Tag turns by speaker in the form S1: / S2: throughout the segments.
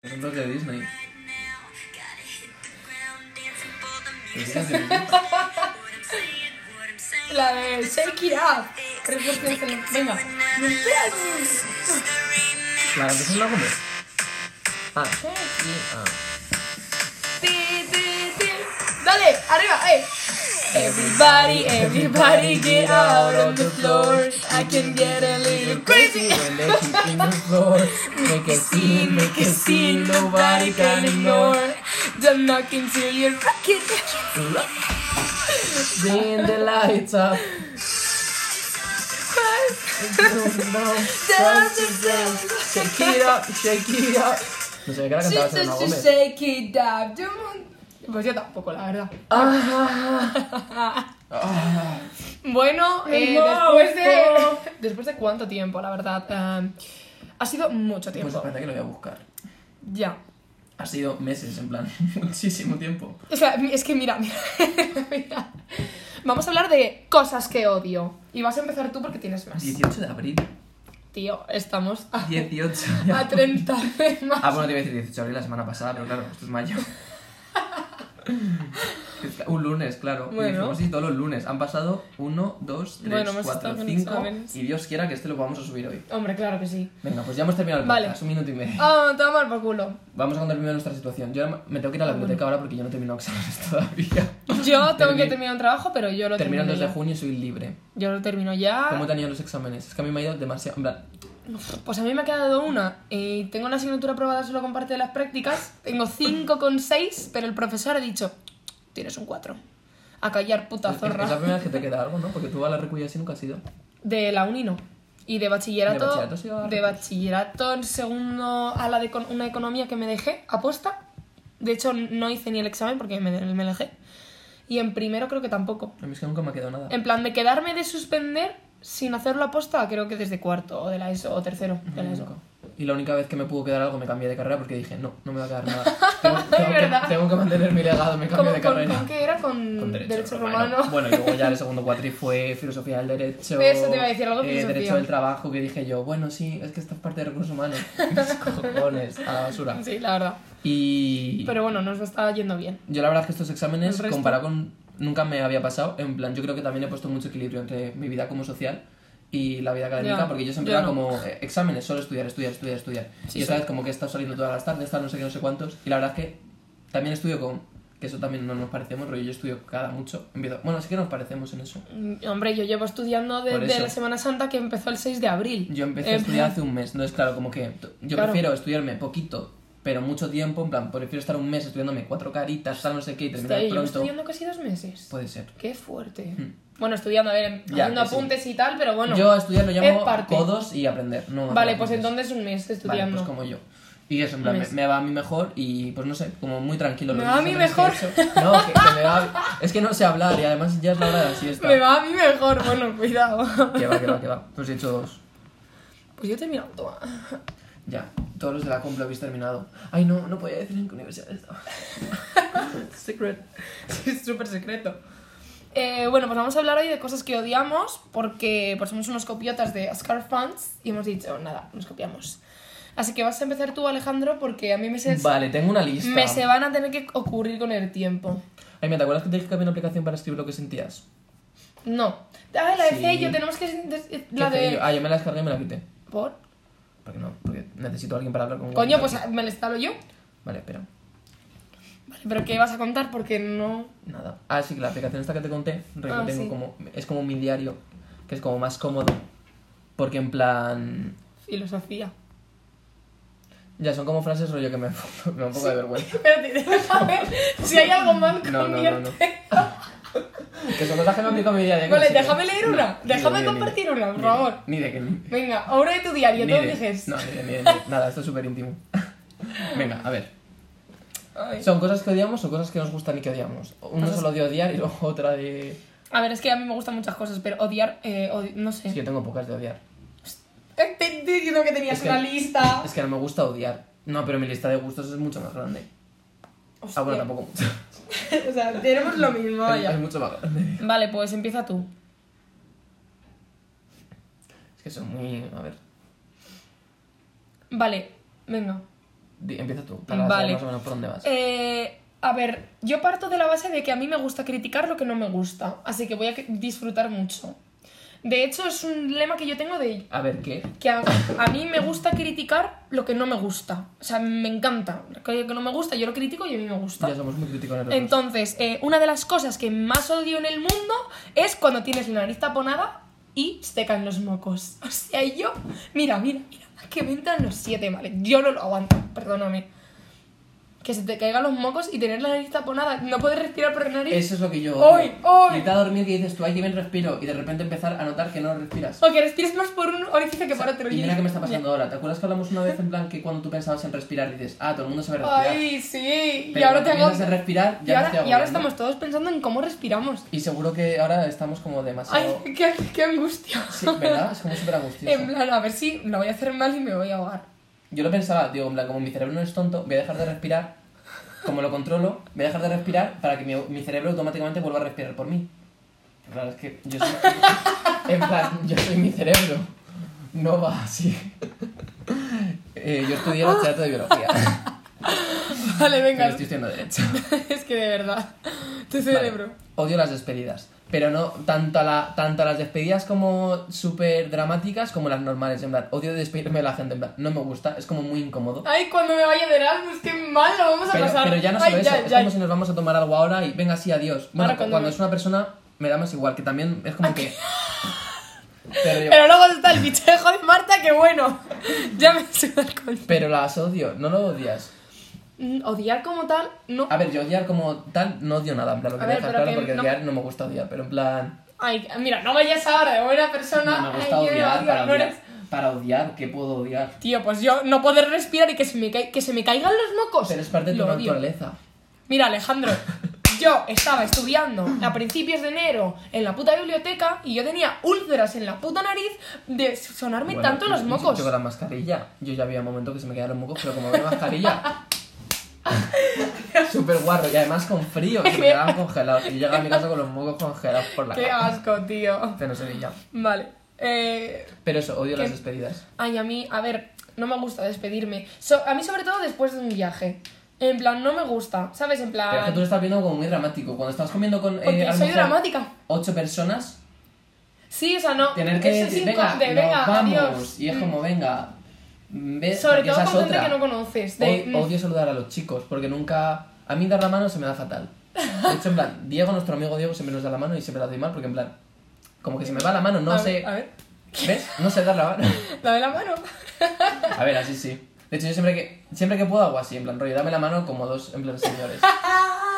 S1: Es un toque de Disney. Es canción.
S2: La de Shake It Up. Reproducción. Venga.
S1: La canción la comes. Ah, y ah.
S2: Ti, ti, ti. Dale, arriba, eh. Everybody, everybody get out on the floor. I can get a little crazy.
S1: Make a scene, make a scene, nobody can ignore.
S2: Don't knock until you rock it.
S1: Bring the lights up. Dance it, dance. Shake it up, shake it up. No sé qué la cantaba Selena Gómez.
S2: Shake it up. Don't- Pues yo tampoco, la verdad.
S1: Ah,
S2: Bueno, eh,
S3: No,
S2: después de.
S3: no.
S2: ¿Después de cuánto tiempo, la verdad? Em, ha sido mucho
S1: Pues
S2: tiempo.
S1: espérate que lo voy a buscar.
S2: Ya.
S1: Ha sido meses, en plan, muchísimo tiempo.
S2: O sea, mi- es que mira, mira, mira. Vamos a hablar de cosas que odio. Y vas a empezar tú porque tienes más.
S1: 18 de abril.
S2: Tío, estamos a,
S1: 18.
S2: a 30 de más.
S1: Ah, bueno, te iba a decir 18 de abril la semana pasada, pero claro, esto es mayo. Un lunes, claro.
S2: Bueno.
S1: Y decimos así todos los lunes. Han pasado 1, 2, 3,
S2: Bueno, hemos
S1: 4,
S2: estado con
S1: 5.
S2: exámenes.
S1: Y Dios quiera que este lo podamos subir hoy.
S2: Hombre, claro que sí.
S1: Venga, pues ya hemos terminado el
S2: Vale.
S1: podcast, un minuto y medio.
S2: Ah, toma por culo.
S1: Vamos a contar primero nuestra situación. Yo ahora me tengo que
S2: Ah,
S1: ir a la biblioteca ahora porque yo no he terminado exámenes todavía.
S2: Yo tengo que
S1: Termi-
S2: terminar un trabajo, pero yo lo
S1: Termino
S2: termino.
S1: el 2 de
S2: ya. Ah.
S1: junio y soy libre.
S2: Yo lo termino ya.
S1: ¿Cómo te han ido los exámenes? Es que a mí me ha ido demasiado. En plan,
S2: Pues a mí me ha quedado una. Y tengo una asignatura aprobada solo con parte de las prácticas. Tengo 5,6, pero el profesor ha dicho, tienes un 4. A callar, puta
S1: es, es la
S2: zorra.
S1: primera vez que te queda algo, ¿no? Porque tú a la recuya así nunca has ido.
S2: De la uni no. Y de bachillerato...
S1: De bachillerato sí, ahora.
S2: de bachillerato, en segundo a la de econ- una economía que me dejé, aposta. De hecho, no hice ni el examen porque me, me dejé. Y en primero creo que tampoco.
S1: A mí es que nunca me ha quedado nada.
S2: En plan, de quedarme de suspender sin hacerlo aposta, creo que desde cuarto o de la ESO o tercero. De la ESO.
S1: Nunca. Y la única vez que me pudo quedar algo me cambié de carrera porque dije, no, no me va a quedar nada. Tengo, tengo
S2: verdad.
S1: que, tengo que mantener mi legado, me
S2: ¿Cómo-
S1: cambio de
S2: con,
S1: carrera.
S2: con qué era? Con,
S1: Con
S2: derecho, romano.
S1: Bueno, y luego ya el segundo cuatri fue filosofía del derecho.
S2: Eso te iba a decir, algo de
S1: eh,
S2: filosofía.
S1: Derecho del trabajo, que dije yo, bueno, sí, es que esta es parte de recursos humanos. Mis cojones, a la basura.
S2: Sí, la verdad.
S1: Y.
S2: Pero bueno, nos está yendo bien.
S1: Yo la verdad es que estos exámenes,
S2: El resto.
S1: comparado con... Nunca me había pasado, en plan, yo creo que también he puesto mucho equilibrio entre mi vida como social y la vida académica,
S2: Ya,
S1: porque yo siempre
S2: yo
S1: era
S2: no.
S1: como eh, exámenes, solo estudiar, estudiar, estudiar, estudiar.
S2: Sí,
S1: y esta
S2: sí.
S1: vez como que he estado saliendo todas las tardes, tal, no sé qué, no sé cuántos. Y la verdad es que también estudio con... Que eso también no nos parecemos, rollo, yo estudio cada mucho. Empiezo... Bueno, sí que nos parecemos en eso.
S2: Mm, Hombre, yo llevo estudiando
S1: Por
S2: desde
S1: eso.
S2: la Semana Santa que empezó el 6 de abril.
S1: Yo empecé
S2: Eh,
S1: a estudiar hace un mes, entonces claro, como que t- yo
S2: Claro.
S1: prefiero estudiarme poquito, pero mucho tiempo, en plan, prefiero estar un mes estudiándome cuatro caritas, tal, no sé qué, y
S2: hostia,
S1: terminar
S2: llevo
S1: pronto.
S2: estudiando casi dos meses.
S1: Puede ser.
S2: Qué fuerte.
S1: Hmm.
S2: Bueno, estudiando, a ver,
S1: Ya,
S2: haciendo
S1: que sí.
S2: apuntes y tal, pero bueno.
S1: yo a estudiar lo
S2: es
S1: llamo
S2: parte.
S1: codos y aprender. No
S2: Vale,
S1: hacer
S2: pues
S1: apuntes.
S2: entonces un mes
S1: Vale,
S2: estudiando.
S1: pues como yo. Y eso, en plan,
S2: Un
S1: me,
S2: mes.
S1: me va a mí mejor y pues no sé, como muy tranquilo.
S2: Me
S1: los
S2: va a mí
S1: exámenes que he hecho. No, que, que me va. Es que no sé hablar y además ya es la hora de la siesta.
S2: Me va a mí mejor, bueno, cuidado.
S1: Que va, que va, que va. Pues he hecho dos.
S2: Pues yo he terminado toda.
S1: Ya, todos los de la compra habéis terminado. Ay, no, no podía decir en qué universidad estaba. Secret.
S2: es súper secreto. Eh, bueno, pues vamos a hablar hoy de cosas que odiamos porque pues somos unos copiotas de Scarf Fans y hemos dicho, nada, nos copiamos. Así que vas a empezar tú, Alejandro, porque a mí me se,
S1: Vale, tengo una lista.
S2: me se van a tener que ocurrir con el tiempo.
S1: Ay, mira, ¿te acuerdas que te dije que había una aplicación para escribir lo que sentías?
S2: No. Ah, la
S1: Sí.
S2: de Cello, tenemos que... des- eh,
S1: ¿Qué
S2: La
S1: hice yo?
S2: de...
S1: Ah, yo me la descargué y me la quité.
S2: ¿Por?
S1: Porque no, porque necesito a alguien para hablar con
S2: Coño, pues me la instalo yo.
S1: Vale, espera.
S2: Vale, pero ¿qué vas a contar? Porque no...
S1: Nada. Ah, sí, que la aplicación esta que te conté, re-
S2: Ah,
S1: tengo
S2: sí.
S1: como, es como mi diario, que es como más cómodo. Porque en plan.
S2: Filosofía.
S1: Ya son como frases rollo que me, me da un poco de vergüenza.
S2: Espérate, déjame ver si hay algo mal con
S1: No, no,
S2: mi
S1: no, no. Que son cosas que me aplico a mi diario. que
S2: Vale,
S1: no sirven.
S2: déjame leer una.
S1: ni de-
S2: Déjame
S1: ni de-
S2: compartir
S1: ni de-
S2: una, por
S1: ni de-
S2: favor.
S1: Ni de que ni.
S2: Venga, ahora de tu diario,
S1: ni
S2: tú
S1: de-
S2: eliges.
S1: No, ni de, ni de- ni de- Nada, esto es súper íntimo. Venga, a ver.
S2: Ay.
S1: ¿Son cosas que odiamos o cosas que nos gustan y que odiamos? Uno
S2: Cosas-
S1: solo de odiar y luego otra de.
S2: A ver, es que a mí me gustan muchas cosas, pero odiar, eh, odi- no sé.
S1: Es que yo tengo pocas de odiar.
S2: Eh, Te te he dicho que tenías
S1: Es que-
S2: una lista.
S1: Es que no me gusta odiar. No, pero mi lista de gustos es mucho más grande.
S2: Hostia.
S1: Ah, bueno, tampoco mucho.
S2: o sea, tenemos lo mismo,
S1: Es
S2: vaya.
S1: mucho más grande.
S2: Vale, pues empieza tú.
S1: Es que son muy. A ver.
S2: Vale, venga.
S1: Di- Empieza tú, para saber
S2: Vale.
S1: más o menos por dónde vas.
S2: Eh, a ver, yo parto de la base de que a mí me gusta criticar lo que no me gusta, así que voy a que- disfrutar mucho. De hecho, es un lema que yo tengo de
S1: A ver, ¿qué?
S2: que a, a mí me gusta criticar lo que no me gusta. O sea, me encanta. Lo que no me gusta, yo lo critico y a mí me gusta.
S1: Ya somos muy críticos en el
S2: Entonces, eh, una de las cosas que más odio en el mundo es cuando tienes la nariz taponada y se te caen los mocos. O sea, yo, mira, mira, mira, que me entran los siete, ¿vale? Yo no lo aguanto, perdóname. Que se te caigan los mocos y tener la nariz taponada, no puedes respirar por la nariz.
S1: Eso es lo que yo.
S2: Hoy, hoy.
S1: Y te a dormir que dices tú, ay, que bien respiro. Y de repente empezar a notar que no respiras.
S2: O que respires más por un orificio que por otro.
S1: Y mira
S2: Yo-
S1: qué me está pasando ahora. ¿Te acuerdas que hablamos una vez en plan que cuando tú pensabas en respirar dices, ah, todo el mundo sabe respirar?
S2: Ay, sí.
S1: Pero
S2: y ahora
S1: cuando
S2: te hago...
S1: piensas en respirar,
S2: Y
S1: ya me estoy
S2: ahora, y ahora
S1: agobiando.
S2: estamos todos pensando en cómo respiramos.
S1: Y seguro que ahora estamos como demasiado.
S2: Ay, qué, qué angustia.
S1: Sí, ¿verdad? Es como súper
S2: En
S1: angustioso.
S2: plan, a ver si lo voy a hacer mal y me voy a ahogar.
S1: Yo lo pensaba, digo, en plan, como mi cerebro no es tonto, voy a dejar de respirar. Como lo controlo, voy a dejar de respirar para que mi, mi cerebro automáticamente vuelva a respirar por mí. Pero Claro, es que yo soy. En plan, yo soy mi cerebro. No va así. Eh, yo estudié bachillerato de biología.
S2: Vale,
S1: Pero
S2: venga.
S1: estoy estudiando derecho.
S2: es que de verdad. Tu
S1: Vale.
S2: cerebro.
S1: Odio las despedidas. Pero no tanto a, la, tanto a las despedidas como súper dramáticas como las normales. En plan, odio despedirme de la gente. En plan, no me gusta, es como muy incómodo.
S2: Ay, cuando me vaya de Erasmus, qué mal lo vamos a
S1: Pero,
S2: pasar.
S1: pero ya no
S2: Ay,
S1: solo eso, es como si nos vamos a tomar algo ahora y venga, sí, adiós. Bueno,
S2: Ahora
S1: cu-
S2: cuando
S1: cuando,
S2: me-
S1: es una persona me da más igual, que también es como que. Pero, yo-
S2: Pero luego está el bichejo de Marta, que bueno. ya me suda el coño.
S1: pero las odio, no lo odias.
S2: Mm, Odiar como tal, no.
S1: A ver, yo odiar como tal no odio nada, en plan, lo
S2: A
S1: que
S2: ver,
S1: dejar
S2: pero
S1: claro,
S2: que
S1: porque
S2: no-
S1: odiar no me gusta odiar, pero en plan.
S2: Ay, mira, no vayas ahora de buena persona.
S1: No me gusta
S2: Ay, yo
S1: odiar,
S2: odio,
S1: para
S2: no
S1: odiar.
S2: eres-
S1: Para odiar, ¿qué puedo odiar?
S2: Tío, pues yo no poder respirar y que se me, ca- que se me caigan los mocos.
S1: Pero es parte de tu
S2: Lo odio.
S1: naturaleza.
S2: Mira, Alejandro, yo estaba estudiando a principios de enero en la puta biblioteca y yo tenía úlceras en la puta nariz de sonarme
S1: Bueno,
S2: tanto
S1: yo-
S2: los
S1: yo-
S2: mocos.
S1: Yo con la mascarilla. Yo ya había un momento que se me quedaron mocos, pero como había mascarilla. Súper guarro. Y además con frío. Se me quedaban congelados. Y llega a mi casa con los mocos congelados por la
S2: Qué
S1: cara.
S2: asco, tío.
S1: Pero no sé, ya.
S2: Vale. Eh,
S1: Pero eso, odio las
S2: ¿Qué?
S1: despedidas.
S2: ay, a mí, a ver, no me gusta despedirme. So- a mí sobre todo después de un viaje. En plan, no me gusta, ¿sabes? En
S1: Pero es que tú
S2: plan...
S1: lo estás viendo como muy dramático. Cuando estás comiendo con. eh,
S2: Porque
S1: a lo
S2: soy
S1: mejor
S2: dramática.
S1: Ocho personas.
S2: Sí, o sea, no...
S1: Tener que.
S2: eso es
S1: decir,
S2: inco-
S1: venga,
S2: de, venga,
S1: nos vamos.
S2: adiós. Mm,
S1: Y es como, venga. ¿Ves?
S2: Sobre
S1: Porque
S2: todo
S1: esa es
S2: con gente
S1: otra.
S2: que no conoces. de- mm.
S1: Od- Odio saludar a los chicos, porque nunca... A mí dar la mano se me da fatal. De hecho, en plan, Diego, nuestro amigo Diego, siempre nos da la mano y siempre la doy mal, porque en plan... Como que se me va la mano, no
S2: a
S1: sé...
S2: Ver, a ver,
S1: ¿Ves? No sé dar la mano.
S2: dame la mano.
S1: A ver, así sí. De hecho, yo siempre que, siempre que puedo hago así, en plan, rollo, dame la mano como dos, en plan, señores.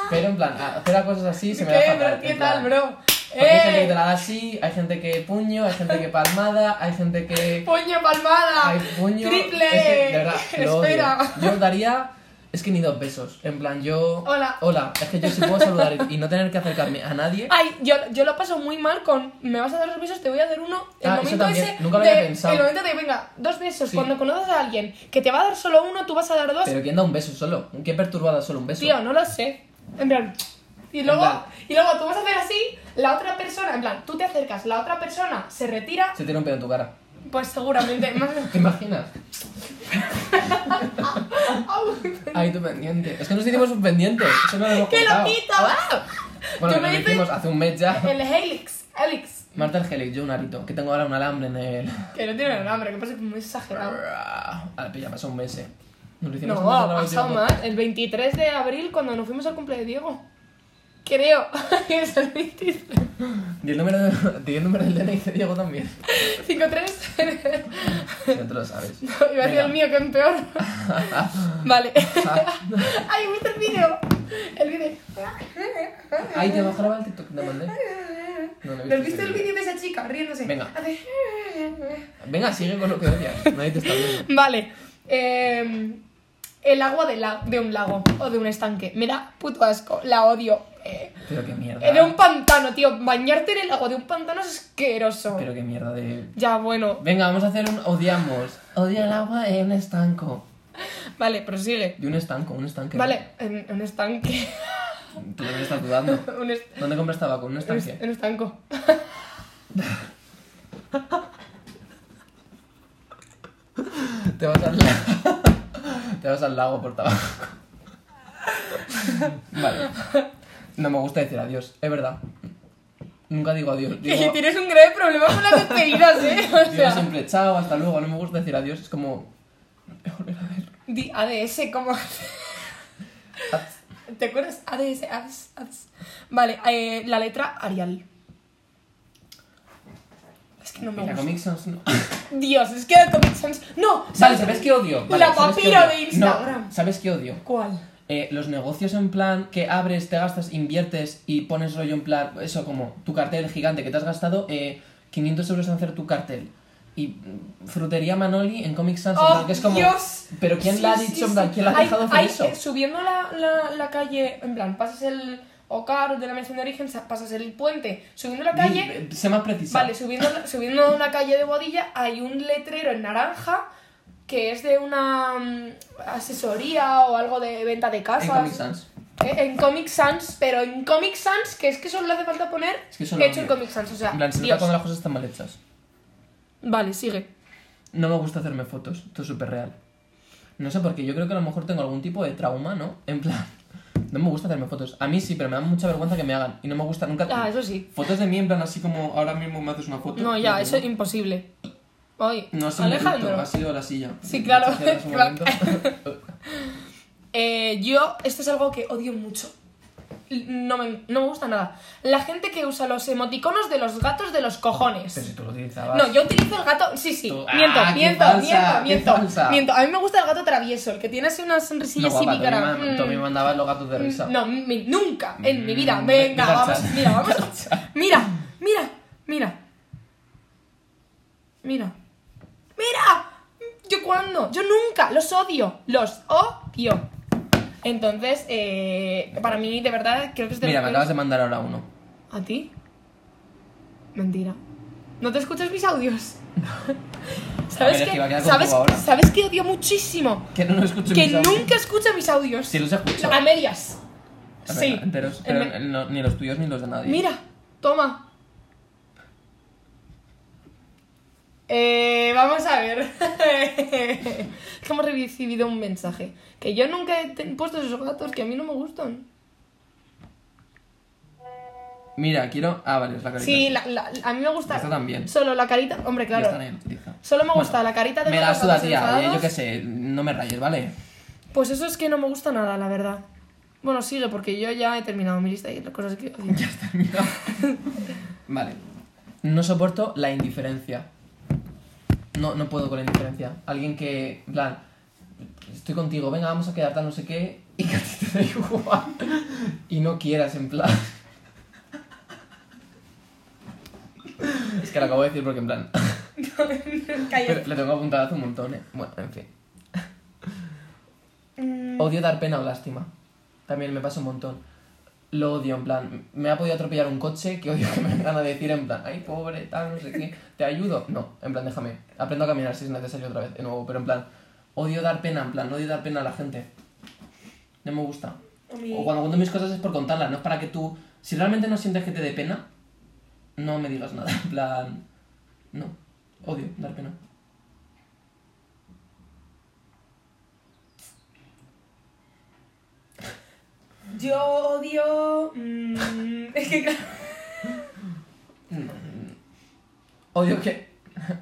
S1: Pero en plan, a- hacer a cosas así se me da
S2: ¿Qué,
S1: fatal.
S2: bro? ¿Qué
S1: en
S2: tal,
S1: plan,
S2: bro?
S1: porque hay gente que te
S2: ¡Eh!
S1: la da así, hay gente que puño, hay gente que palmada, hay gente que...
S2: ¡Puño, palmada!
S1: Ay, puño.
S2: Ah, ¡Triple!
S1: Es que, de verdad, lo odio.
S2: Espera.
S1: Yo daría. Es que ni dos besos. En plan, yo.
S2: Hola. Ah,
S1: Hola. Es que yo sí puedo saludar y- y no tener que acercarme a nadie.
S2: Ay, yo, yo lo paso muy mal con me vas a dar dos besos, te voy a dar uno. El
S1: Ah, eso
S2: momento
S1: también.
S2: ese.
S1: Nunca lo había
S2: de-
S1: pensado.
S2: El momento de, venga, dos besos.
S1: Sí.
S2: Cuando conoces a alguien que te va a dar solo uno, tú vas a dar dos.
S1: Pero ¿quién da un beso solo? Qué perturbada solo un beso.
S2: Tío, no lo sé. En plan. Y luego,
S1: plan.
S2: y luego tú vas a hacer así, la otra persona, en plan, tú te acercas, la otra persona se retira,
S1: Se tiene un pedo en tu cara.
S2: pues seguramente. más-
S1: ¿Te imaginas?
S2: Au.
S1: Ay, tu pendiente. Es que nos hicimos un pendiente. Eso no lo hemos
S2: ¡Qué
S1: contado.
S2: loquito!
S1: Bueno, que
S2: Yo me
S1: nos lo
S2: hice-
S1: hicimos hace un mes ya.
S2: El Helix, Helix.
S1: Marta el Helix, yo un arito. Que tengo ahora un alambre en el.
S2: Que no tiene nombre, que pasa que es muy exagerado.
S1: A la pilla, pasó un mes. eh. Nos lo hicimos
S2: No,
S1: antes de
S2: ha
S1: la última vez.
S2: pasado más. El 23 de abril, cuando nos fuimos al cumple de Diego. Creo que es el 23.
S1: Di el número, de, di el número del DNI de Diego también.
S2: 5-3.
S1: Ya te lo sabes.
S2: Iba a decir
S1: Venga.
S2: el mío, que es peor. vale. Ay, ¿viste el vídeo? El vídeo.
S1: Ahí te vas a grabar el TikTok que te mandé. No, no he este
S2: ¿Lo has visto
S1: ese
S2: el vídeo de esa chica riéndose?
S1: Venga.
S2: Hace-
S1: Venga, sigue con lo que odias. Nadie te está viendo.
S2: Vale. eh, el agua de, la- de un lago o de un estanque. Me da puto asco. La odio. Eh,
S1: Pero qué mierda.
S2: de un pantano, tío. Bañarte en el agua de un pantano es asqueroso.
S1: Pero qué mierda de.
S2: Ya, bueno.
S1: Venga, vamos a hacer un odiamos. Odia el agua en un estanco.
S2: Vale, prosigue.
S1: De un estanco, un estanque.
S2: Vale, en en un estanque.
S1: Tú también estás dudando.
S2: un, est-
S1: ¿Dónde compras tabaco? ¿Un
S2: un est-
S1: estanque?
S2: un estanco.
S1: Te vas a la... Te vas al lago por tabaco. vale. No me gusta decir adiós, es verdad. Nunca digo adiós.
S2: Que
S1: Digo,
S2: tienes un grave problema con las despedidas, ¿eh? O
S1: digo
S2: sea,
S1: siempre chao, hasta luego. No me gusta decir adiós, es como.
S2: di ADS, como... ¿Te acuerdas? ADS, ADS, ADS. Vale, eh, la letra Arial. Es que no me
S1: Mira,
S2: gusta.
S1: Comic Sans no.
S2: Dios, es que la Comic Sans... ¡No!
S1: Vale, ¿sabes qué odio? Vale,
S2: La
S1: ¿sabes qué
S2: papira
S1: odio?
S2: de Instagram.
S1: No, ¿sabes qué odio?
S2: ¿Cuál?
S1: Eh, los negocios en plan que abres, te gastas, inviertes y pones rollo en plan, eso como tu cartel gigante que te has gastado, eh, 500 euros en hacer tu cartel. Y mm, frutería Manoli en Comic Sans, en
S2: ¡Oh,
S1: plan que es como...
S2: Dios!
S1: Pero ¿quién
S2: Sí,
S1: la ha
S2: sí,
S1: dicho,
S2: sí.
S1: en plan, quién la ha
S2: Hay-
S1: dejado hacer
S2: hay-
S1: eso?
S2: eh, Subiendo la, la, la calle, en plan, pasas el Ocar de la mención de origen, sa- pasas el puente, subiendo la calle...
S1: Di- eh, Sé más precisa.
S2: Vale, subiendo, subiendo una calle de Boadilla hay un letrero en naranja que es de una mm, asesoría o algo de venta de
S1: en
S2: casas.
S1: Comic Sans.
S2: Eh, en Comic Sans, pero en Comic Sans, que es que solo le hace falta poner
S1: Es que eso lo
S2: hecho en
S1: odio.
S2: Comic Sans, o sea,
S1: En plan, se nota
S2: Dios.
S1: cuando las cosas están mal hechas.
S2: Vale, sigue.
S1: No me gusta hacerme fotos, esto es súper real. No sé por qué, yo creo que a lo mejor tengo algún tipo de trauma, ¿no? En plan, no me gusta hacerme fotos. A mí sí, pero me da mucha vergüenza que me hagan. Y no me gusta nunca.
S2: Ah, eso sí.
S1: Fotos de mí, en plan, así como ahora mismo me haces una foto.
S2: No, ya,
S1: y
S2: eso es
S1: digo,
S2: imposible. Oye,
S1: No sé,
S2: Alejandro.
S1: ha sido la silla.
S2: Sí, claro,
S1: Muchas gracias, un
S2: crack.
S1: momento.
S2: Eh, yo, esto es algo que odio mucho. L- No me, no me gusta nada. La gente que usa los emoticonos de los gatos de los cojones.
S1: pero si tú lo utilizabas.
S2: No, yo utilizo el gato. Sí, sí.
S1: Tú-
S2: Miento,
S1: ¡Ah, qué
S2: miento,
S1: falsa,
S2: miento,
S1: qué
S2: miento,
S1: falsa!
S2: miento. A mí me gusta el gato travieso, el que tiene así una sonrisilla
S1: no,
S2: así
S1: guapa,
S2: pícara.
S1: tú, me,
S2: Mm,
S1: tú me mandabas los gatos de risa.
S2: No, mi- nunca en mi vida.
S1: Mm,
S2: Venga,
S1: qué
S2: vamos.
S1: falsa.
S2: Mira, vamos. Mira, mira, mira. Mira. ¡Mira! ¿Yo cuándo? Yo nunca. Los odio. Los odio. Entonces, eh, para mí, de verdad, creo que es de
S1: Mira,
S2: los
S1: me
S2: peores-
S1: acabas de mandar ahora uno.
S2: ¿A ti? Mentira. ¿No te escuchas mis audios?
S1: A
S2: ¿Sabes
S1: ver, es que va a
S2: que
S1: quedar
S2: ¿sabes,
S1: como ahora.
S2: ¿Sabes que odio muchísimo?
S1: Que no lo escucho
S2: Que
S1: mis audios.
S2: nunca escucha mis audios.
S1: Sí, los escucho.
S2: A medias.
S1: A ver,
S2: sí.
S1: Enteros,
S2: En
S1: pero
S2: me-
S1: no- ni los tuyos ni los de nadie.
S2: Mira, toma. Eh, vamos a ver. es que hemos recibido un mensaje. Que yo nunca he te- puesto esos gatos que a mí no me gustan.
S1: Mira, quiero. Ah, vale, es la carita.
S2: Sí, la- la- a mí me gusta.
S1: Esta también.
S2: Solo la carita. Hombre,
S1: Ya
S2: claro.
S1: está bien, utiliza.
S2: Solo me
S1: Bueno,
S2: gusta la carita de
S1: Me
S2: los
S1: la suda,
S2: gatos
S1: tía. eh,
S2: enfadados.
S1: yo qué sé, no me rayes, ¿vale?
S2: Pues eso es que no me gusta nada, la verdad. Bueno, sigue, porque yo ya he terminado mi lista y las cosas que...
S1: Vale. No soporto la indiferencia. No, no puedo con la indiferencia. Alguien que, en plan, estoy contigo, venga, vamos a quedar tal no sé qué, y que a ti te da igual. Y no quieras, en plan. Es que lo acabo de decir porque, en plan,
S2: Cállate.
S1: le le tengo apuntado hace un montón, eh. Bueno, en fin.
S2: Mm,
S1: Odio dar pena o lástima. También me pasa un montón. Lo odio, en plan, me ha podido atropellar un coche que odio que me van a decir en plan, ay, pobre, tal, no sé qué, ¿te ayudo? No, en plan, déjame, aprendo a caminar si es necesario otra vez, de nuevo, pero en plan, odio dar pena, en plan, odio dar pena a la gente. No me gusta.
S2: a mí-
S1: O cuando cuento mis cosas es por contarlas, no es para que tú, si realmente no sientes que te dé pena, no me digas nada, en plan, no, odio dar pena.
S2: Yo odio... mm, es que claro...
S1: Odio que,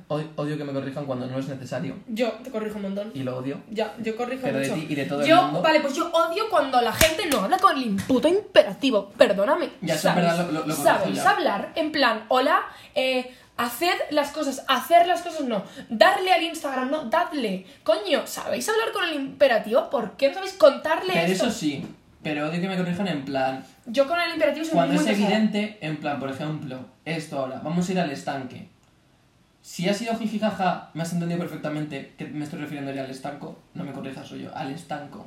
S1: odio, odio que me corrijan cuando no es necesario.
S2: Yo te corrijo un montón.
S1: y lo odio.
S2: Ya, yo corrijo
S1: Pero de
S2: mucho.
S1: ti y de todo el
S2: yo,
S1: mundo.
S2: Vale, pues yo odio cuando la gente no habla con el puto imperativo. Perdóname.
S1: Ya, eso es
S2: ¿sabes?
S1: verdad, lo- lo- lo conozco
S2: Sabéis
S1: ya.
S2: hablar en plan, hola, eh, haced las cosas, hacer las cosas no. Darle al Instagram, no, dadle. Coño, ¿sabéis hablar con el imperativo? ¿Por qué no sabéis contarle
S1: Pero
S2: esto?
S1: eso sí, pero odio que me corrijan en plan.
S2: Yo con el imperativo soy
S1: Cuando
S2: muy
S1: es
S2: pesada.
S1: evidente, en plan, por ejemplo, esto ahora, vamos a ir al estanque. Si ha sido jijijaja, me has entendido perfectamente que me estoy refiriendo ya al estanco. No me corrijas, rollo, al estanco.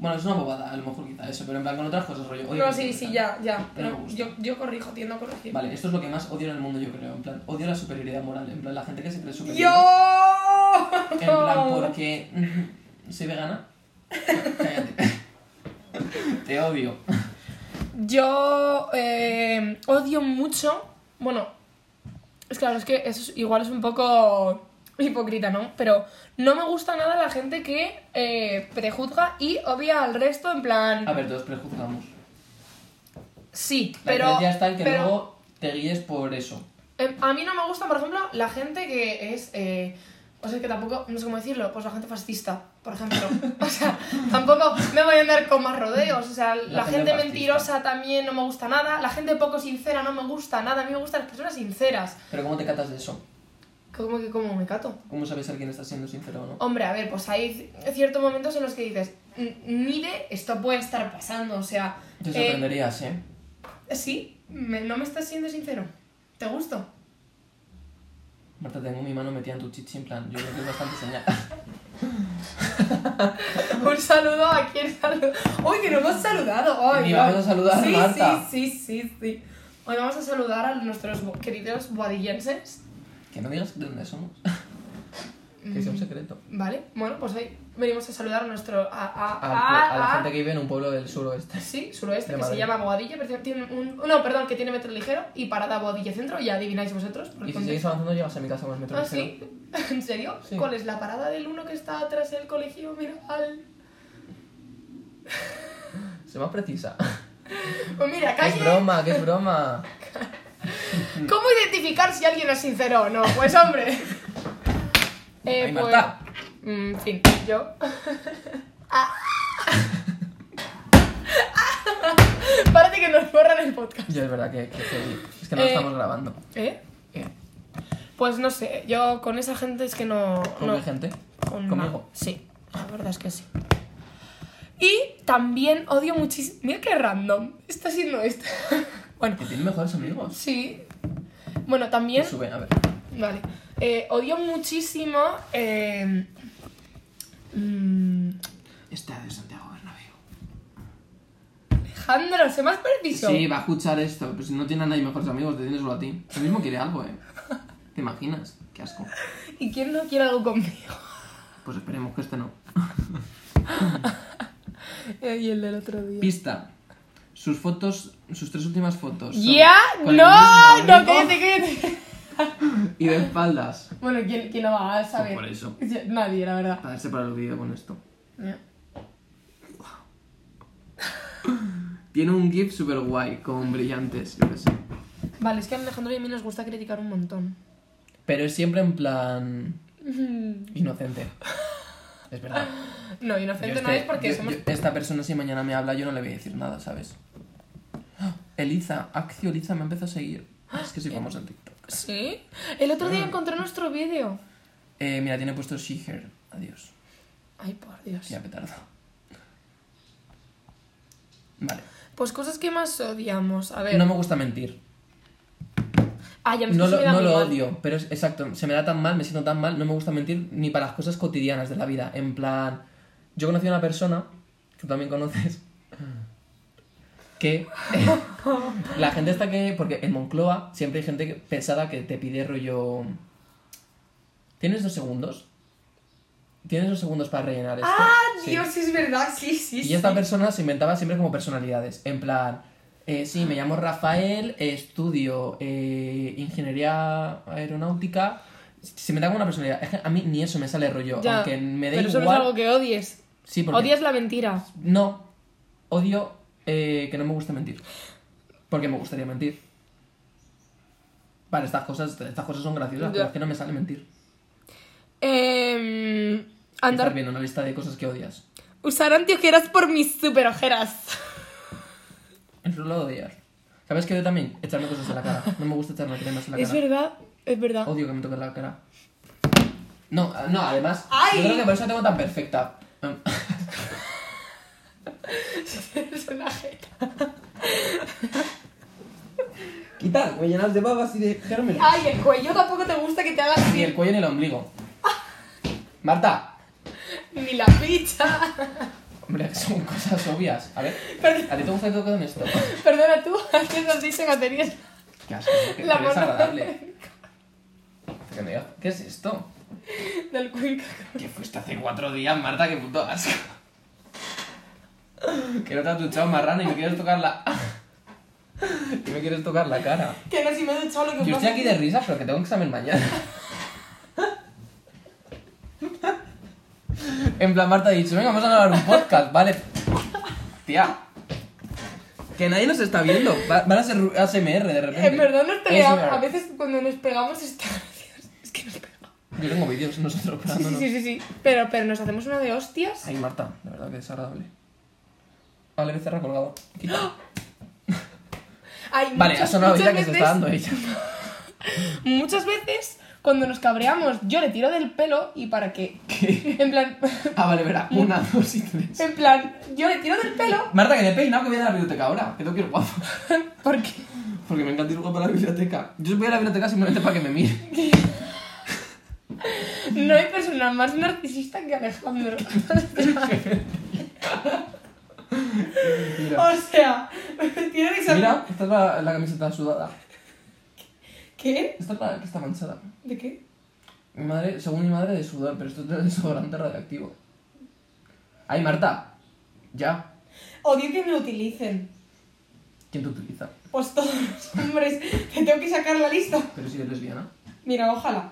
S1: Bueno, es una bobada, a lo mejor quizá eso, pero en plan con otras cosas, rollo. odio
S2: No,
S1: que me
S2: sí, sí,
S1: corrijan.
S2: ya, ya.
S1: Pero
S2: Pero
S1: me gusta.
S2: yo, yo corrijo, tiendo a corregir.
S1: Vale, esto es lo que más odio en el mundo, yo creo. En plan, odio la superioridad moral. En plan, la gente que se cree superior.
S2: ¡Yo!
S1: En plan, porque soy vegana. Cállate. Te odio.
S2: Yo eh, odio mucho. Bueno, es claro, es que eso es- igual es un poco hipócrita, ¿no? Pero no me gusta nada la gente que eh, prejuzga y odia al resto en plan...
S1: A ver, todos prejuzgamos.
S2: Sí,
S1: Ah, La
S2: pero...
S1: diferencia está en que
S2: pero-
S1: luego te guíes por eso.
S2: Em, A mí no me gusta, por ejemplo, la gente que es. eh, o sea, que tampoco. No sé cómo decirlo. Pues la gente fascista, por ejemplo. O sea, tampoco me voy a andar con más rodeos. O sea, la,
S1: La gente
S2: gente,
S1: fascista.
S2: mentirosa también no me gusta nada. La gente poco sincera no me gusta nada. A mí me gustan las personas sinceras.
S1: Pero ¿cómo te catas de eso?
S2: ¿Cómo que cómo me cato?
S1: ¿Cómo sabes a quién está siendo sincero o no?
S2: Hombre, a ver, pues hay c- ciertos momentos en los que dices. "Mm, Mire, esto puede estar pasando. O sea.
S1: Te
S2: eh,
S1: sorprenderías, ¿eh?
S2: sí, me- no me estás siendo sincero. ¿Te gusto?
S1: Marta, tengo mi mano metida en tu chichi, en plan, yo creo que es bastante señal.
S2: Un saludo a quien saludo. Uy, que no hemos saludado hoy.
S1: Ni
S2: hoy.
S1: vamos a saludar a
S2: sí,
S1: Marta.
S2: Sí, sí, sí, sí. Hoy vamos a saludar a nuestros bo- queridos guadillenses.
S1: Que no digas de dónde somos. que
S2: Mm.
S1: sea un secreto.
S2: Vale, bueno, pues hoy venimos a saludar a nuestro. A, a,
S1: Al-
S2: a-
S1: a la
S2: a-
S1: gente que vive en un pueblo del suroeste.
S2: Sí, suroeste,
S1: De
S2: que
S1: Madrid.
S2: se llama Boadilla, pero tiene un. No, perdón, que tiene metro ligero y parada Boadilla Centro, ya adivináis vosotros. por el
S1: Y si sigues
S2: contexto.
S1: avanzando, llegas a mi casa con el metro
S2: Ah,
S1: ligero.
S2: sí. ¿En serio?
S1: Sí.
S2: ¿Cuál es la parada del uno que está atrás del colegio? Mira, al.
S1: Se más precisa.
S2: Pues mira,
S1: Que
S2: calle.
S1: es broma, que es broma.
S2: ¿Cómo identificar si alguien es sincero o no? Pues hombre. Eh,
S1: Ay, Marta.
S2: Mm, en fin, yo. Ah. Parece que nos borran el podcast.
S1: Yo es verdad que, que- que- es que no
S2: pues- Eh,
S1: estamos grabando.
S2: ¿Eh?
S1: ¿Qué?
S2: Pues no sé, yo con esa gente es que no.
S1: ¿Con
S2: no-
S1: qué gente?
S2: con
S1: ¿Conmigo?
S2: na- Sí, la verdad es que sí. Y también odio muchísimo. Mira qué random. Está siendo esto. bueno,
S1: Que tienen mejores amigos.
S2: sí. Bueno, también.
S1: Que suben, a ver.
S2: Vale. Eh, odio muchísimo. eh, mm,
S1: Está de Santiago Bernabéu.
S2: Alejandro, sé más preciso.
S1: Sí, va a escuchar esto. Pero si no tiene a nadie mejores amigos, te tienes solo a ti. Lo mismo quiere algo, ¿eh? ¿Te imaginas? Qué asco.
S2: ¿Y quién no quiere algo conmigo?
S1: Pues esperemos que este no.
S2: y el del otro día.
S1: Pista. Sus fotos, sus tres últimas fotos. son
S2: ¡Ya!
S1: con el
S2: ¡No!
S1: mismo
S2: ¡No,
S1: abrigo
S2: cállate, cállate!
S1: Y de espaldas.
S2: Bueno, ¿quién, quién lo va a saber?
S1: Pues por eso.
S2: Ya, Nadie, la verdad.
S1: Para darse para el vídeo con esto. Tiene un GIF super guay con brillantes, yo qué sé.
S2: Vale, es que a Alejandro y a mí nos gusta criticar un montón.
S1: Pero es siempre en plan. inocente. Es verdad.
S2: No,
S1: Yo
S2: inocente
S1: este-
S2: no es porque
S1: yo-
S2: somos.
S1: yo- esta persona, si mañana me habla, yo no le voy a decir nada, ¿sabes? ¡Ah! Eliza, Accio Eliza me empezó a seguir.
S2: ¡Ah!
S1: Es que soy famosa en TikTok.
S2: ¿Sí? El otro
S1: Ah.
S2: día encontré nuestro vídeo.
S1: Eh, mira, tiene puesto She Her. Adiós.
S2: Ay, por Dios.
S1: Ya petardo. Vale.
S2: Pues cosas que más odiamos. A ver.
S1: No me gusta mentir.
S2: Ah, ya me
S1: No
S2: es que
S1: lo,
S2: se me da
S1: no
S2: muy
S1: lo
S2: mal.
S1: odio, pero es exacto, se me da tan mal, me siento tan mal, no me gusta mentir ni para las cosas cotidianas de la vida. En plan, yo conocí a una persona, que tú también conoces, que la gente está que, porque en Moncloa siempre hay gente que- pesada que te pide rollo... ¿Tienes dos segundos? ¿Tienes dos segundos para rellenar esto? Sí.
S2: Ah, Dios, es verdad, sí, sí.
S1: Y esta persona se inventaba siempre como personalidades. En plan, eh, sí, me llamo Rafael, eh, estudio eh, ingeniería aeronáutica. Se inventaba como una personalidad. Es que a mí ni eso me sale rollo.
S2: Ya,
S1: aunque me dé
S2: Pero eso
S1: igual.
S2: no es algo que odies.
S1: Sí, porque.
S2: Odias la mentira.
S1: No. Odio eh, que no me gusta mentir. Porque me gustaría mentir. Vale, estas cosas, estas cosas son graciosas,
S2: Ya.
S1: pero es que no me sale mentir.
S2: Eh,
S1: Estás
S2: andar.
S1: viendo una lista de cosas que odias.
S2: Usar antiojeras por mis super ojeras.
S1: Eso lo odias. ¿Sabes que yo también? Echarme cosas en la cara. No me gusta echarme cremas en la cara.
S2: Es verdad, es verdad.
S1: Odio que me toquen la cara. No, ah, no, además.
S2: ¡Ay!
S1: Yo creo que por eso la tengo tan perfecta. Em,
S2: es una jeta.
S1: Quita, me llenas de babas y de gérmenes.
S2: Ay, el cuello tampoco te gusta que te hagas
S1: Ni el cuello ni el ombligo. Marta.
S2: ni la picha.
S1: Hombre, son cosas obvias. A ver,
S2: Perdón.
S1: ¿a ti te gusta que te toquen esto?
S2: Perdona tú, antes nos dicho que tenías.
S1: Qué asco, ¿no? qué,
S2: La
S1: qué
S2: mano.
S1: desagradable. Que me digas, ¿Qué es esto?
S2: Del cuenca.
S1: Que fuiste hace cuatro días, Marta, qué puto asco. Que no te has duchado marrana y me quieres tocar la... Y me quieres tocar la cara.
S2: Que no, si me he duchado lo que
S1: Yo estoy
S2: pasa.
S1: aquí de risas, pero que tengo un examen mañana. En plan, Marta ha dicho, venga, vamos a grabar un podcast, ¿vale? Tía. Que nadie nos está viendo. Va- van a ser ru- ASMR de repente.
S2: En verdad nos peleamos.
S1: ASMR.
S2: A veces cuando nos pegamos está gracioso. Es que nos pegamos.
S1: Yo tengo vídeos nosotros
S2: Sí, sí,
S1: parándonos.
S2: sí, sí, sí. Pero, pero nos hacemos una de hostias.
S1: Ay, Marta, de verdad que desagradable. Vale, Becerra colgado. Quita.
S2: Hay
S1: Vale, ha
S2: muchas-
S1: sonado
S2: muchas
S1: ya que se
S2: veces-
S1: está dando ella.
S2: Muchas veces, cuando nos cabreamos, Pues yo le tiro del pelo y para que.
S1: ¿Qué?
S2: En plan.
S1: Ah, vale, verá. Una, dos y tres.
S2: En plan, yo le tiro del pelo
S1: Marta, que le he peinado que voy a la biblioteca ahora. Que tengo que ir guapo.
S2: porque.
S1: Porque me encanta ir guapo a la biblioteca. Yo voy a la biblioteca simplemente para que me mire.
S2: No hay persona más narcisista que Alejandro.
S1: Mira,
S2: o sea, tiene que ser.
S1: Mira, esta es la, la camiseta sudada.
S2: ¿Qué?
S1: Esta es la que está manchada.
S2: ¿De qué?
S1: Mi madre, según mi madre, de sudor, pero esto es de desodorante radioactivo. Ay, Marta. Ya.
S2: Odio que me utilicen.
S1: ¿Quién te utiliza?
S2: Pues todos los hombres. Te tengo que sacar la lista.
S1: Pero si eres lesbiana.
S2: Mira, ojalá.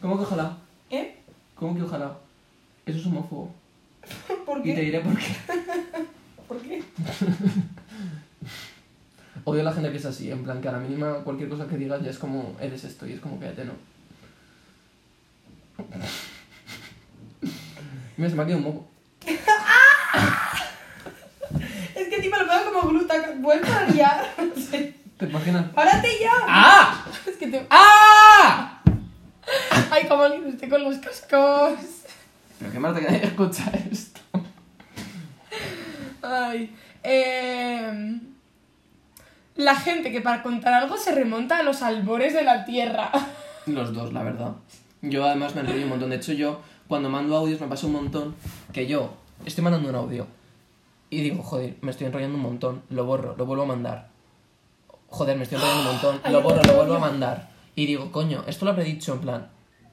S1: ¿Cómo que ojalá?
S2: ¿Eh?
S1: ¿Cómo que ojalá? Eso es homófobo.
S2: ¿Por
S1: Y te
S2: qué?
S1: diré por qué.
S2: ¿Por qué?
S1: Odio a la gente que es así, en plan que a la mínima cualquier cosa que digas ya es como eres esto y es como cállate, no. Mira, se me ha quedado un moco.
S2: Es que encima lo pego como gluta. Vuelvo a liar. No sé.
S1: ¿Te imaginas?
S2: ¡Párate ya!
S1: ¡Ah!
S2: Es que te.
S1: ¡Ah!
S2: Ay, como alguien esté con los cascos.
S1: Pero qué Marta que nadie escucha esto.
S2: Ay. Eh, la gente que para contar algo se remonta a los albores de la tierra.
S1: Los dos, la verdad. Yo además me enrollo un montón. De hecho, yo cuando mando audios me pasa un montón que yo estoy mandando un audio y digo, joder, me estoy enrollando un montón, lo borro, lo vuelvo a mandar. Joder, me estoy enrollando un montón,
S2: Ay,
S1: lo borro,
S2: otro
S1: lo vuelvo a
S2: audio.
S1: mandar. Y digo, coño, esto lo habré dicho en plan.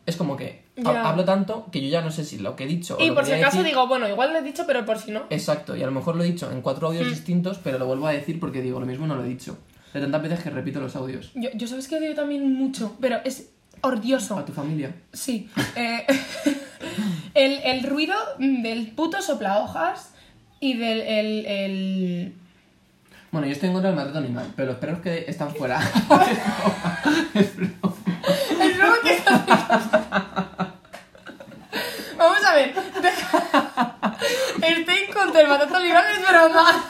S1: Es como que ha-
S2: Ya.
S1: hablo tanto que yo ya no sé si lo que he dicho. o
S2: y
S1: lo
S2: por
S1: que
S2: si
S1: quería
S2: acaso
S1: decir-
S2: digo, bueno, igual lo he dicho, pero por si no.
S1: Exacto, y a lo mejor lo he dicho en cuatro
S2: Mm.
S1: audios distintos, pero lo vuelvo a decir porque digo, lo mismo no lo he dicho. De tantas veces que repito los audios.
S2: Yo, yo sabes que odio también mucho, pero es
S1: A
S2: ordioso.
S1: tu familia.
S2: Sí. eh, el, el ruido del puto soplahojas y del. el- el-
S1: Bueno, yo estoy en contra del maltrato animal, pero los perros que están fuera.
S2: El nuevo que Vamos a ver. deja- Estoy en contra del matato animal, es broma.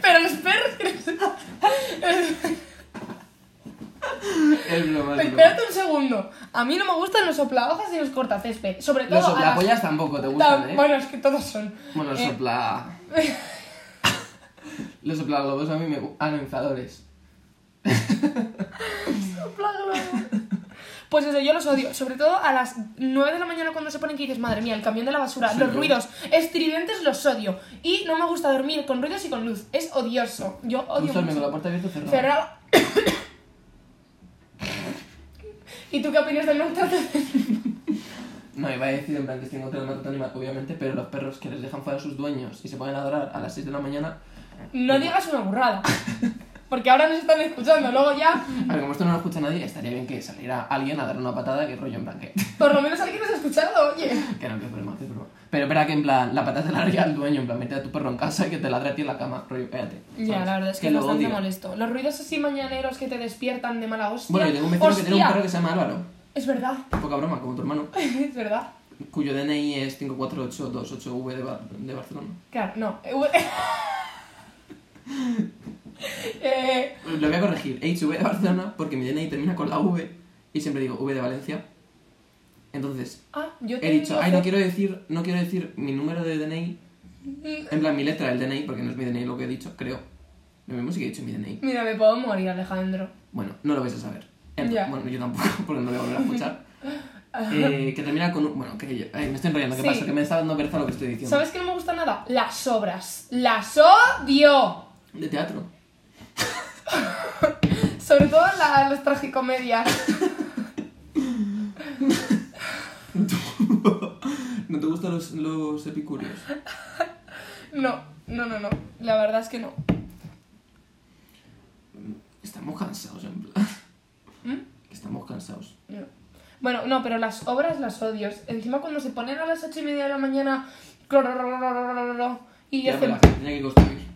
S2: Pero los perros que nos...
S1: es broma, es broma.
S2: Espérate un segundo. A mí no me gustan los soplahojas y los cortacésped. Sobre todo
S1: Los
S2: a las-
S1: soplapollas tampoco te
S2: Tam-
S1: gustan, ¿eh?
S2: Bueno, es que todos son.
S1: Bueno, los
S2: Eh,
S1: sopla. los soplaglobos a mí me gustan. Ah, no, infladores.
S2: soplaglobos. Pues eso, yo los odio. Sobre todo a las 9 de la mañana cuando se ponen que dices, madre mía, el camión de la basura,
S1: Sí,
S2: los
S1: ¿no?
S2: ruidos estridentes los odio. Y no me gusta dormir con ruidos y con luz. Es odioso. Yo
S1: Tú
S2: odio
S1: duerme con la
S2: mucho.
S1: puerta abierta o cerrada.
S2: Cerrado. ¿Y tú qué opinas del maltrato?
S1: No, iba a decir en plan que estoy en contra del maltrato animal, obviamente, pero los perros que les dejan fuera a sus dueños y se ponen a adorar a las 6 de la mañana.
S2: No digas una burrada. Porque ahora nos están escuchando, luego ya,
S1: A ver, como esto no lo escucha nadie, estaría bien que saliera alguien a dar una patada que rollo en plan que.
S2: por lo menos alguien nos ha escuchado, oye.
S1: Que no, que es broma, que es broma. Pero espera que en plan, la patada te la haría el dueño, en plan, mete a tu perro en casa y que te ladre a ti en la cama, rollo, cállate.
S2: Ya,
S1: ¿sabes?
S2: la verdad es que, es
S1: lo
S2: bastante
S1: odio.
S2: molesto. Los ruidos así mañaneros que te despiertan de mala hostia.
S1: Bueno, yo tengo un vecino que tiene un
S2: ¡Hostia!
S1: perro que se llama Álvaro.
S2: Es verdad,
S1: Poca broma, como tu hermano.
S2: es verdad.
S1: Cuyo DNI es 548288V de, Ba- de Barcelona.
S2: Claro, no. eh,
S1: Lo voy a corregir. HV de Barcelona porque mi DNI termina con la V y siempre digo V de Valencia. Entonces,
S2: ah, yo
S1: he dicho, ay, no quiero decir, no quiero decir mi número de DNI,
S2: Mm.
S1: en plan mi letra del DNI, porque no es mi DNI lo que he dicho, creo. Lo mismo sí que he dicho mi DNI.
S2: Mira, me puedo morir, Alejandro.
S1: Bueno, no lo vais a saber. En-
S2: Ya.
S1: Bueno, yo tampoco, porque no lo voy a volver a escuchar. Eh, que termina con un... Bueno, que yo... ay, me estoy enrollando, ¿qué
S2: Sí.
S1: pasa? Que me está dando pereza lo que estoy diciendo.
S2: ¿Sabes qué no me gusta nada? Las obras. ¡Las odio!
S1: De teatro.
S2: Sobre todo la- las tragicomedias.
S1: ¿No te gustan los, los epicúreos?
S2: No, no, no, no. La verdad es que no.
S1: Estamos cansados, en plan.
S2: ¿Mm?
S1: Estamos cansados.
S2: No. Bueno, no, pero las obras las odio. Encima cuando se ponen a las ocho y media de la mañana... clorororororororo, Y
S1: Ya
S2: yo
S1: me
S2: hacen...
S1: la tenía que construir.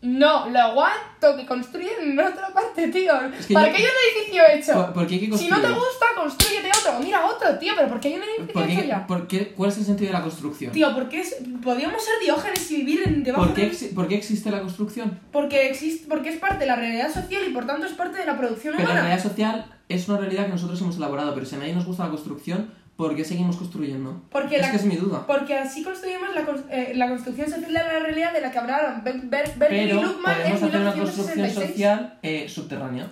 S2: No, lo aguanto, que construyen en otra parte, tío.
S1: Es que
S2: ¿Para
S1: ya-
S2: qué hay un edificio hecho?
S1: ¿Por, por qué hay que
S2: Si
S1: construir?
S2: no te gusta, construyete otro. Mira otro, tío, pero ¿por qué hay un edificio
S1: ¿Por
S2: hecho
S1: qué,
S2: ya?
S1: por qué- ¿Cuál es el sentido de la construcción?
S2: Tío, ¿por qué es- podíamos ser diógenes y vivir en- debajo
S1: ¿Por qué,
S2: de un-
S1: exi- por qué existe la construcción?
S2: Porque, existe, porque es parte de la realidad social y por tanto es parte de la producción
S1: Pero la
S2: humana.
S1: realidad social es una realidad que nosotros hemos elaborado, pero si a nadie nos gusta la construcción, ¿por qué seguimos construyendo?
S2: Porque
S1: es
S2: la-
S1: que es mi duda.
S2: Porque así construimos la, cons- eh, la construcción social de la realidad de la que hablaron Ber- Ber- Bernie
S1: Pero
S2: Luckman en
S1: podemos hacer una construcción
S2: 1966.
S1: social eh, subterránea.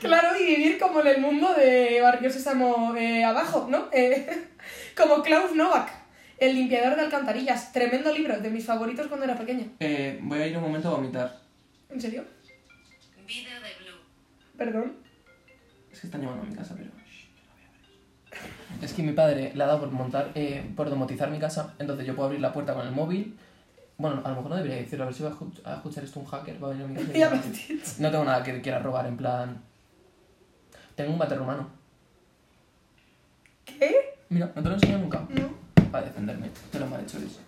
S2: Claro, y vivir como en el mundo de Barrio Sésamo eh, abajo, ¿no? Eh, como Klaus Novak, el limpiador de alcantarillas. Tremendo libro, de mis favoritos cuando era pequeña.
S1: Eh, voy a ir un momento a vomitar.
S2: ¿En serio?
S3: Vida de Blue.
S2: Perdón.
S1: Es que están llamando a mi casa, pero... shh, yo no voy a ver. Es que mi padre le ha dado por montar, eh, por domotizar mi casa, entonces yo puedo abrir la puerta con el móvil. Bueno, a lo mejor no debería decirlo, a ver si va a escu- a escuchar esto un hacker, va a venir a mi casa. y
S2: Ya
S1: me va
S2: me
S1: a
S2: has
S1: decir,
S2: dicho.
S1: No tengo nada que quiera robar, en plan... Tengo un bate rumano.
S2: ¿Qué?
S1: Mira, no te lo he enseñado nunca.
S2: No.
S1: Para defenderme, te lo han mal hecho eso.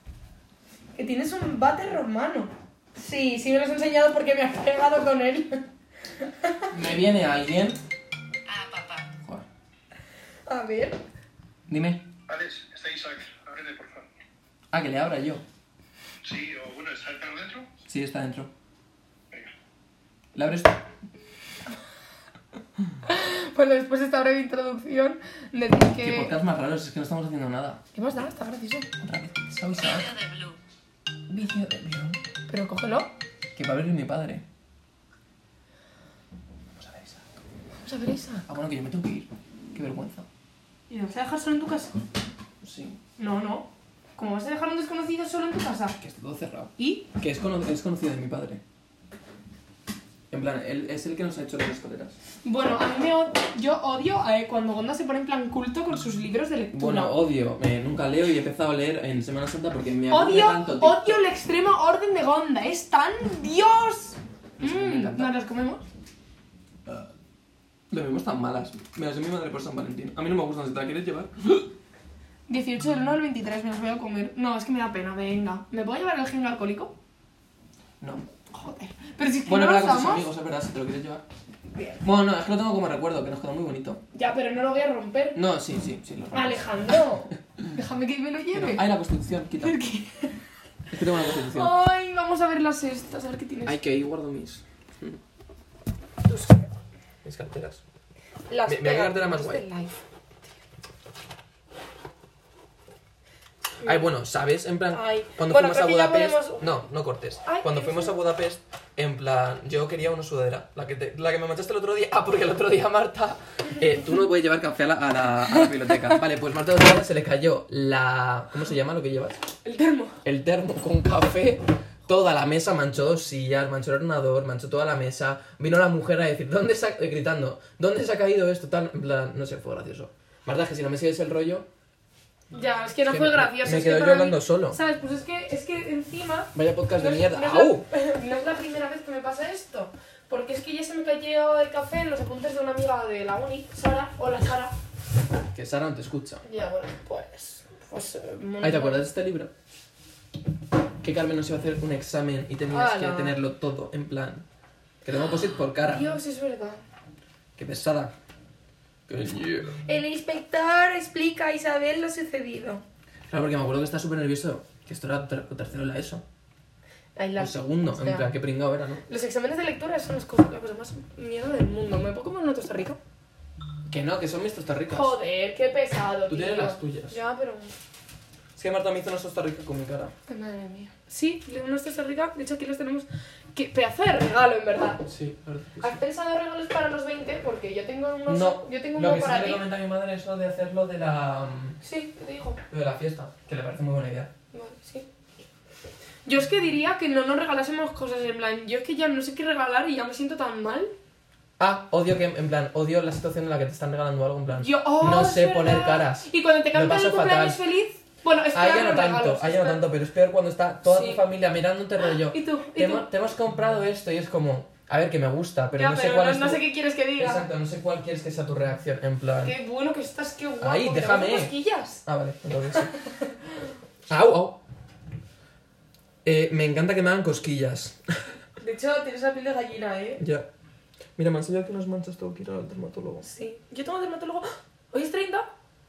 S2: Que tienes un bate romano. Sí, sí me lo has enseñado porque me has pegado con él.
S1: Me viene alguien...
S3: Ah, papá.
S1: Joder.
S2: A ver.
S1: Dime.
S4: Alex, está Isaac, ábrele por favor.
S1: Ah, que le abra yo.
S4: Sí, o bueno, ¿está el perro dentro?
S1: Sí, está dentro.
S4: Venga.
S1: ¿Le abres tú?
S2: Bueno, Pues después de esta breve introducción, decir
S1: Qué
S2: que.
S1: podcast más raro, es que no estamos haciendo nada.
S2: ¿Qué más da? Está gracioso.
S1: Otra vez. Sao
S3: Vida
S1: Isaac.
S3: de Blue.
S1: Vicio de Blue.
S2: Pero cógelo.
S1: Que va a abrir mi padre. Vamos a ver, Isaac.
S2: Vamos a ver esa.
S1: Ah, bueno, que yo me tengo que ir. Qué vergüenza.
S2: ¿Y lo vas a dejar solo en tu casa?
S1: Sí.
S2: No, no. ¿Cómo vas a dejar a un desconocido solo en tu casa?
S1: Que está todo cerrado.
S2: ¿Y?
S1: Que es, cono- es conocido de mi padre. En plan, él es el que nos ha hecho las escaleras.
S2: Bueno, a mí me od- yo odio a eh, cuando Gonda se pone en plan culto con sus libros de lectura.
S1: Bueno, odio. eh, nunca leo y he empezado a leer en Semana Santa porque me aburre
S2: odio,
S1: tanto. tío.
S2: odio el extremo orden de Gonda. Es tan Dios.
S1: Es que me
S2: Mm,
S1: encanta.
S2: ¿Nos los comemos?
S1: Las vemos tan malas. Me las dio mi madre por San Valentín. A mí no me gustan, si te la quieres llevar.
S2: 18 del 1 al 23, me los voy a comer. No, es que me da pena, venga. ¿Me puedo llevar el jenga alcohólico?
S1: No.
S2: Joder. Pero si es que
S1: Bueno,
S2: no
S1: habla
S2: los
S1: con tus
S2: damos.
S1: amigos, es verdad, si te lo quieres llevar.
S2: Bien.
S1: Bueno, no, es que lo tengo como recuerdo, que nos quedó muy bonito.
S2: Ya, pero no lo voy a romper.
S1: No, sí, sí, sí. Lo
S2: Alejandro, déjame que me lo lleve.
S1: Ay, la constitución, quita.
S2: ¿Por qué? Oh,
S1: Es que tengo una constitución.
S2: Ay, vamos a ver las estas, a ver qué tienes.
S1: Ay, que ahí guardo mis.
S2: Tus-
S1: Mis carteras.
S2: las
S1: Me- me voy a
S2: pega-
S1: quedar de la más
S2: las
S1: guay.
S2: del live.
S1: Ay, bueno, ¿sabes? En plan,
S2: Ay.
S1: cuando
S2: Bueno,
S1: fuimos a
S2: creo que ya
S1: Budapest.
S2: podemos-
S1: No, no cortes.
S2: Ay,
S1: cuando
S2: que no
S1: fuimos
S2: sé.
S1: a Budapest, en plan, yo quería una sudadera. La que, te- la que me manchaste el otro día. Ah, porque el otro día Marta. eh, tú no puedes llevar café a la, a la- a la biblioteca. Vale, pues Marta el otro día se le cayó la. ¿Cómo se llama lo que llevas?
S2: El termo.
S1: el termo con café, toda la mesa manchó dos sillas, manchó el ordenador, manchó toda la mesa. Vino la mujer a decir, ¿dónde se ha... eh, gritando, ¿dónde se ha caído esto? Tal, en plan, no sé, fue gracioso. Marta, que si no me sigues el rollo,
S2: Ya, es que no
S1: Es que
S2: fue
S1: me-
S2: gracioso.
S1: me
S2: es que
S1: quedo yo
S2: para mí-
S1: hablando solo.
S2: ¿Sabes? Pues es que, es que encima.
S1: vaya podcast de
S2: no es-
S1: mierda.
S2: No es,
S1: ¡Au!
S2: la, no es la primera vez que me pasa esto. Porque es que ya se me cayó el café en los apuntes de una amiga de la uni, Sara. Hola, Sara.
S1: Que Sara no te escucha.
S2: Ya, bueno, pues. Pues. eh,
S1: Ay, ¿te acuerdas de este libro? Que Carmen nos iba a hacer un examen y tenías que
S2: Ala.
S1: tenerlo todo, en plan. Que tengo posit por cara.
S2: Dios, es verdad.
S1: Qué pesada. Qué
S2: El inspector explica a Isabel lo sucedido.
S1: Claro, porque me acuerdo que está súper nervioso. Que esto era ter- tercero de la ESO.
S2: Ay, la-
S1: El segundo,
S2: o sea,
S1: en plan, qué pringado era, ¿no?
S2: Los exámenes de lectura son las cosas, la cosa más mierda del mundo. ¿Me puedo comer una tosta rica?
S1: Que no, que son mis tostas ricas.
S2: Joder, qué pesado,
S1: Tú
S2: tío.
S1: tienes las tuyas.
S2: Ya, pero...
S1: Es que Marta me hizo unas tostas ricas con mi cara.
S2: Ay, Madre mía. Sí, unas tostas ricas. De hecho, aquí las tenemos... Qué pedazo de regalo, en verdad.
S1: Sí, la verdad que sí.
S2: ¿Has pensado regalos para los 20? Porque yo tengo unos...
S1: No,
S2: yo tengo
S1: lo
S2: uno
S1: que sí
S2: para
S1: me
S2: ti.
S1: comenta mi madre es lo de hacerlo de la, mm,
S2: Sí, ¿qué te digo?
S1: lo de la fiesta, que le parece muy buena idea.
S2: Vale, sí. Yo es que diría que no nos regalásemos cosas, en plan... Yo es que ya no sé qué regalar y ya me siento tan mal.
S1: Ah, odio que, en plan, odio la situación en la que te están regalando algo, en plan,
S2: Yo, oh,
S1: no
S2: es
S1: sé
S2: verdad.
S1: poner caras.
S2: Y cuando te
S1: Me
S2: cantan
S1: paso
S2: el cumpleaños
S1: fatal.
S2: feliz... Bueno, es
S1: Ah,
S2: peor
S1: ya no
S2: los
S1: tanto,
S2: regalos,
S1: ah, ya
S2: es
S1: no
S2: peor.
S1: tanto, pero es peor cuando está toda
S2: Sí.
S1: tu familia mirándote rollo.
S2: ¿Y tú? ¿Y
S1: Te,
S2: tú?
S1: hemos, te hemos comprado esto y es como, A ver, que me gusta, pero
S2: ya,
S1: no sé
S2: pero
S1: cuál
S2: no,
S1: es
S2: no
S1: tu-
S2: sé qué quieres que diga.
S1: Exacto, no sé cuál quieres que sea tu reacción, en plan...
S2: Qué bueno que estás, qué guapo.
S1: Ay,
S2: que te
S1: déjame.
S2: hacen cosquillas.
S1: Ah, vale, entonces sí. ¡Au, au! Eh, me encanta que me hagan cosquillas.
S2: De hecho, tienes la piel de gallina, ¿eh?
S1: ya. Mira, me han enseñado que unas manchas tengo que ir al dermatólogo.
S2: Sí. Yo tengo dermatólogo. ¡Ah! ¿Hoy es 30?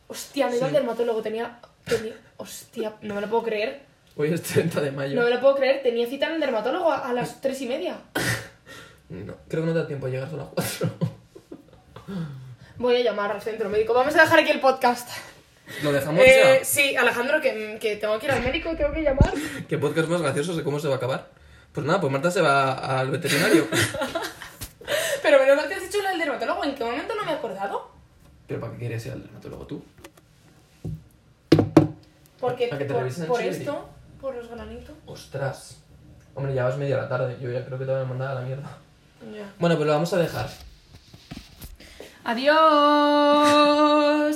S2: Hostia, me iba
S1: Sí.
S2: al dermatólogo. Tenía, tenía. Hostia, no me lo puedo creer.
S1: Hoy es 30 de mayo.
S2: No me lo puedo creer. Tenía cita en el dermatólogo a, a las 3 y media.
S1: No, creo que no te da tiempo a llegar a las 4.
S2: Voy a llamar al centro médico. Vamos a dejar aquí el podcast.
S1: Lo dejamos
S2: Eh, sí, Alejandro, que, que tengo que ir al médico, tengo que llamar.
S1: ya. ¿Qué podcast más gracioso de cómo se va a acabar? Pues nada, pues Marta se va al veterinario.
S2: Pero menos mal que has dicho lo del dermatólogo. ¿En qué momento no me he acordado?
S1: ¿Pero para qué quieres ir al dermatólogo tú?
S2: Porque
S1: ¿A que te revisen
S2: por,
S1: el chile?
S2: por esto, por los granitos.
S1: ¡Ostras! Hombre, ya vas media la tarde. Yo ya creo que te van a mandar a la mierda.
S2: Ya.
S1: Bueno, pues lo vamos a dejar.
S2: Adiós.